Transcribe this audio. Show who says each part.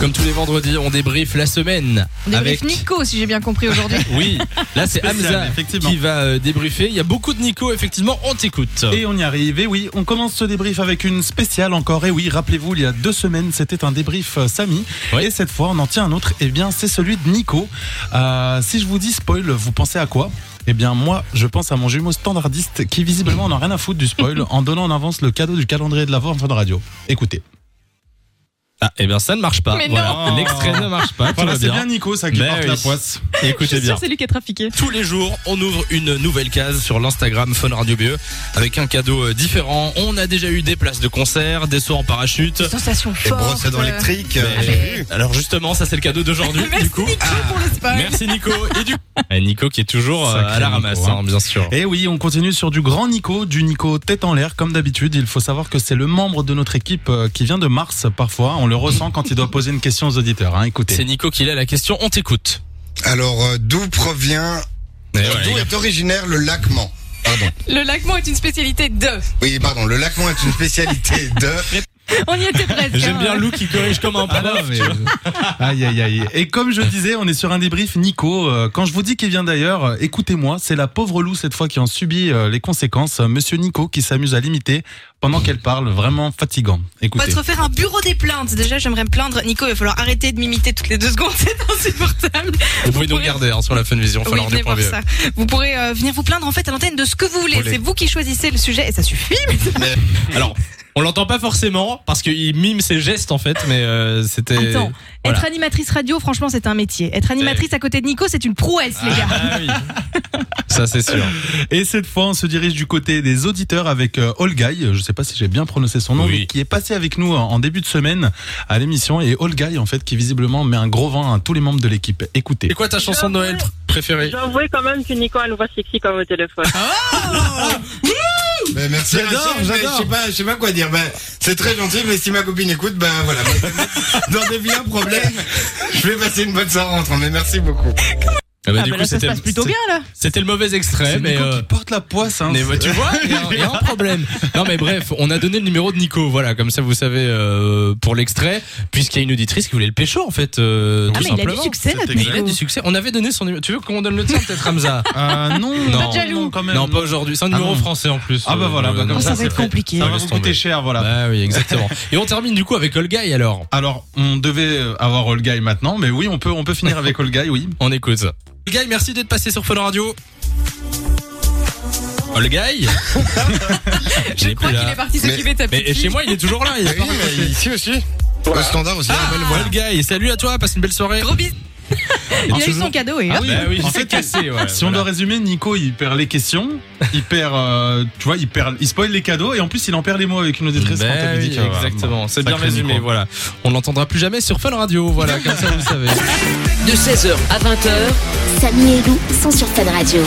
Speaker 1: Comme tous les vendredis, on débriefe la semaine.
Speaker 2: On débriefe
Speaker 1: avec...
Speaker 2: Nico, si j'ai bien compris aujourd'hui.
Speaker 1: Oui, là c'est
Speaker 3: Spécial,
Speaker 1: Hamza
Speaker 3: effectivement.
Speaker 1: qui va euh, débriefer. Il y a beaucoup de Nico, effectivement, on t'écoute.
Speaker 3: Et on y arrive. Et oui, on commence ce débrief avec une spéciale encore. Et oui, rappelez-vous, il y a deux semaines, c'était un débrief euh, Samy.
Speaker 1: Ouais.
Speaker 3: Et cette fois, on en tient un autre. Et bien, c'est celui de Nico. Euh, si je vous dis spoil, vous pensez à quoi Eh bien, moi, je pense à mon jumeau standardiste qui, visiblement, n'a rien à foutre du spoil en donnant en avance le cadeau du calendrier de l'avant en fin de radio. Écoutez.
Speaker 1: Ah, et bien ça ne marche pas.
Speaker 2: Mais
Speaker 1: Voilà.
Speaker 3: non.
Speaker 1: L'extrait Ah, ne marche pas. tout
Speaker 3: Voilà,
Speaker 1: va
Speaker 3: c'est
Speaker 1: bien.
Speaker 3: bien Nico, ça qui
Speaker 1: Ben
Speaker 3: porte
Speaker 1: oui.
Speaker 3: la poisse.
Speaker 1: Écoutez bien.
Speaker 2: c'est lui qui a trafiqué.
Speaker 1: Tous les jours, on ouvre une nouvelle case sur l'Instagram Fun Radio BE avec un cadeau euh, différent. On a déjà eu des places de concert, des sauts en parachute.
Speaker 2: Sensation
Speaker 4: Les
Speaker 2: forte.
Speaker 4: brosses à dents électriques. euh,
Speaker 1: Mais-
Speaker 4: j'ai vu.
Speaker 1: Alors justement, ça c'est le cadeau d'aujourd'hui.
Speaker 2: Merci
Speaker 1: du coup,
Speaker 2: Nico pour le spoil.
Speaker 1: Ah. merci Nico. Et du Et Nico qui est toujours euh,
Speaker 3: Sacré
Speaker 1: à la
Speaker 3: Nico,
Speaker 1: ramasse,
Speaker 3: hein.
Speaker 1: hein, bien sûr.
Speaker 3: Et oui, on continue sur du grand Nico, du Nico tête en l'air, comme d'habitude. Il faut savoir que c'est le membre de notre équipe euh, qui vient de Mars parfois. On le ressent quand il doit poser une question aux auditeurs. hein.
Speaker 1: C'est
Speaker 3: Écoutez.
Speaker 1: Nico qui l'a la question. On t'écoute.
Speaker 4: Alors, euh, d'où provient.
Speaker 1: Et
Speaker 4: d'où
Speaker 1: voilà, il a-
Speaker 4: est originaire le lac Mans Pardon.
Speaker 2: Le lacement est une spécialité de.
Speaker 4: Oui, pardon, le lac Mans est une spécialité de.
Speaker 2: On y était presque.
Speaker 1: J'aime
Speaker 2: hein.
Speaker 1: bien Lou qui corrige comme un
Speaker 3: Ah non,
Speaker 1: prof.
Speaker 3: mais- aïe, aïe, aïe. Et comme je disais, on est sur un débrief Nico. Euh, Quand je vous dis qu'il vient d'ailleurs, euh, écoutez-moi, c'est la pauvre Lou cette fois qui en subit euh, les conséquences. Euh, Monsieur Nico qui s'amuse à l'imiter pendant qu'elle parle, vraiment fatigant.
Speaker 5: On va
Speaker 3: Écoutez.
Speaker 5: te refaire un bureau des plaintes. Déjà, j'aimerais me plaindre. Nico, il va falloir arrêter de m'imiter toutes les deux secondes. C'est insupportable.
Speaker 1: Vous pouvez nous regarder hein, sur la Funvision.
Speaker 5: Oui,
Speaker 1: Vision.
Speaker 5: venez voir ça. Vous pourrez euh, venir vous plaindre en fait à l'antenne de ce que vous voulez.
Speaker 4: Olé.
Speaker 5: C'est vous qui choisissez le sujet et ça suffit.
Speaker 1: E. Alors, on l'entend pas forcément parce qu'il mime ses gestes en fait, mais euh, c'était.
Speaker 5: Attends,
Speaker 1: Voilà.
Speaker 5: être animatrice radio, franchement, c'est un métier. Être animatrice à côté de Nico, c'est une prouesse, les gars.
Speaker 1: Ah oui. Ça c'est sûr.
Speaker 3: Et cette fois, on se dirige du côté des auditeurs avec euh, Olgaï. Je ne sais pas si j'ai bien prononcé son nom,
Speaker 1: Oui.
Speaker 3: mais qui est passé avec nous en, en début de semaine à l'émission. Et Olgaï, en fait, qui visiblement met un gros vin à tous les membres de l'équipe. Écoutez.
Speaker 1: Et quoi ta chanson de Noël pr- préférée
Speaker 6: J'ai avoué quand même que Nico a une voix sexy comme au téléphone.
Speaker 4: Mais merci,
Speaker 3: J'adore,
Speaker 4: Rachel, mais
Speaker 3: j'adore.
Speaker 4: Je sais pas, je sais pas quoi dire. Ben, c'est très gentil, mais si ma copine écoute, ben voilà. Dans des vieux problèmes, je vais passer une bonne soirée en rentrant. Mais merci beaucoup.
Speaker 1: Ah bah,
Speaker 5: Ah
Speaker 1: du
Speaker 5: bah
Speaker 1: coup,
Speaker 5: là, ça se
Speaker 1: c'était-
Speaker 5: passe plutôt bien là.
Speaker 1: C'était le mauvais extrait,
Speaker 3: C'est
Speaker 1: mais.
Speaker 3: Nico
Speaker 1: euh,
Speaker 3: qui porte la poisse. Hein.
Speaker 1: mais bah, tu vois, il y, a- il y a un problème. Non mais bref, on a donné le numéro de Nico, voilà, comme ça vous savez euh, pour l'extrait, puisqu'il y a une auditrice qui voulait le pécho en fait, euh,
Speaker 5: Ah,
Speaker 1: tout
Speaker 5: mais il a
Speaker 1: simplement.
Speaker 5: du succès notre
Speaker 1: Mais il a
Speaker 5: Nico.
Speaker 1: du succès. On avait donné son numéro. Tu veux qu'on donne le tien peut-être Hamza
Speaker 3: Euh, non,
Speaker 1: Non.
Speaker 3: non,
Speaker 5: jaloux.
Speaker 3: non, quand même.
Speaker 1: Non, pas aujourd'hui. C'est un
Speaker 3: Ah
Speaker 1: numéro
Speaker 3: non.
Speaker 1: français en plus.
Speaker 3: Ah bah
Speaker 1: euh,
Speaker 3: voilà,
Speaker 1: euh,
Speaker 3: bah, comme
Speaker 1: non,
Speaker 5: Oh, ça
Speaker 3: c'est
Speaker 5: va être
Speaker 3: fait.
Speaker 5: compliqué.
Speaker 3: Ça
Speaker 1: Ouais,
Speaker 3: va
Speaker 1: laisse
Speaker 3: vous coûter
Speaker 1: tomber.
Speaker 3: cher, voilà.
Speaker 1: Bah oui, exactement. Et on termine du coup avec Olgaï alors.
Speaker 3: Alors, on devait euh, avoir Olgaï maintenant, mais oui, on peut, on peut finir avec Olgaï, oui.
Speaker 1: On écoute. Olgaï, merci d'être passé sur Fun Radio. Olgaï
Speaker 2: Je crois qu'il est parti
Speaker 4: Mais-
Speaker 2: s'occuper de ta petite
Speaker 1: Mais chez
Speaker 2: fille.
Speaker 1: moi, il est toujours là. Il est pas-
Speaker 4: mais ici aussi. Au standard aussi.
Speaker 1: Ah,
Speaker 4: la belle voix.
Speaker 1: Olgaï, salut à toi, passe une belle soirée.
Speaker 5: Gros bisous. Il a eu son cadeau et hop.
Speaker 1: Bah oui,
Speaker 3: Ah En
Speaker 1: il s'est
Speaker 3: fait,
Speaker 1: cassé. ouais,
Speaker 3: Si on
Speaker 1: voilà.
Speaker 3: doit résumer, Nico, il perd les questions, il perd, euh, tu vois, il perd, il spoil les cadeaux et en plus il en perd les mots avec une auditrice
Speaker 1: Ben
Speaker 3: quand elle lui
Speaker 1: oui,
Speaker 3: dit que- ah, bah,
Speaker 1: exactement, c'est bien
Speaker 3: Sacré
Speaker 1: résumé,
Speaker 3: Nico.
Speaker 1: voilà. On l'entendra plus jamais sur Fun Radio, voilà, comme ça vous le savez.
Speaker 7: De 16h à 20h,
Speaker 8: Samy et Lou sont sur Fun Radio.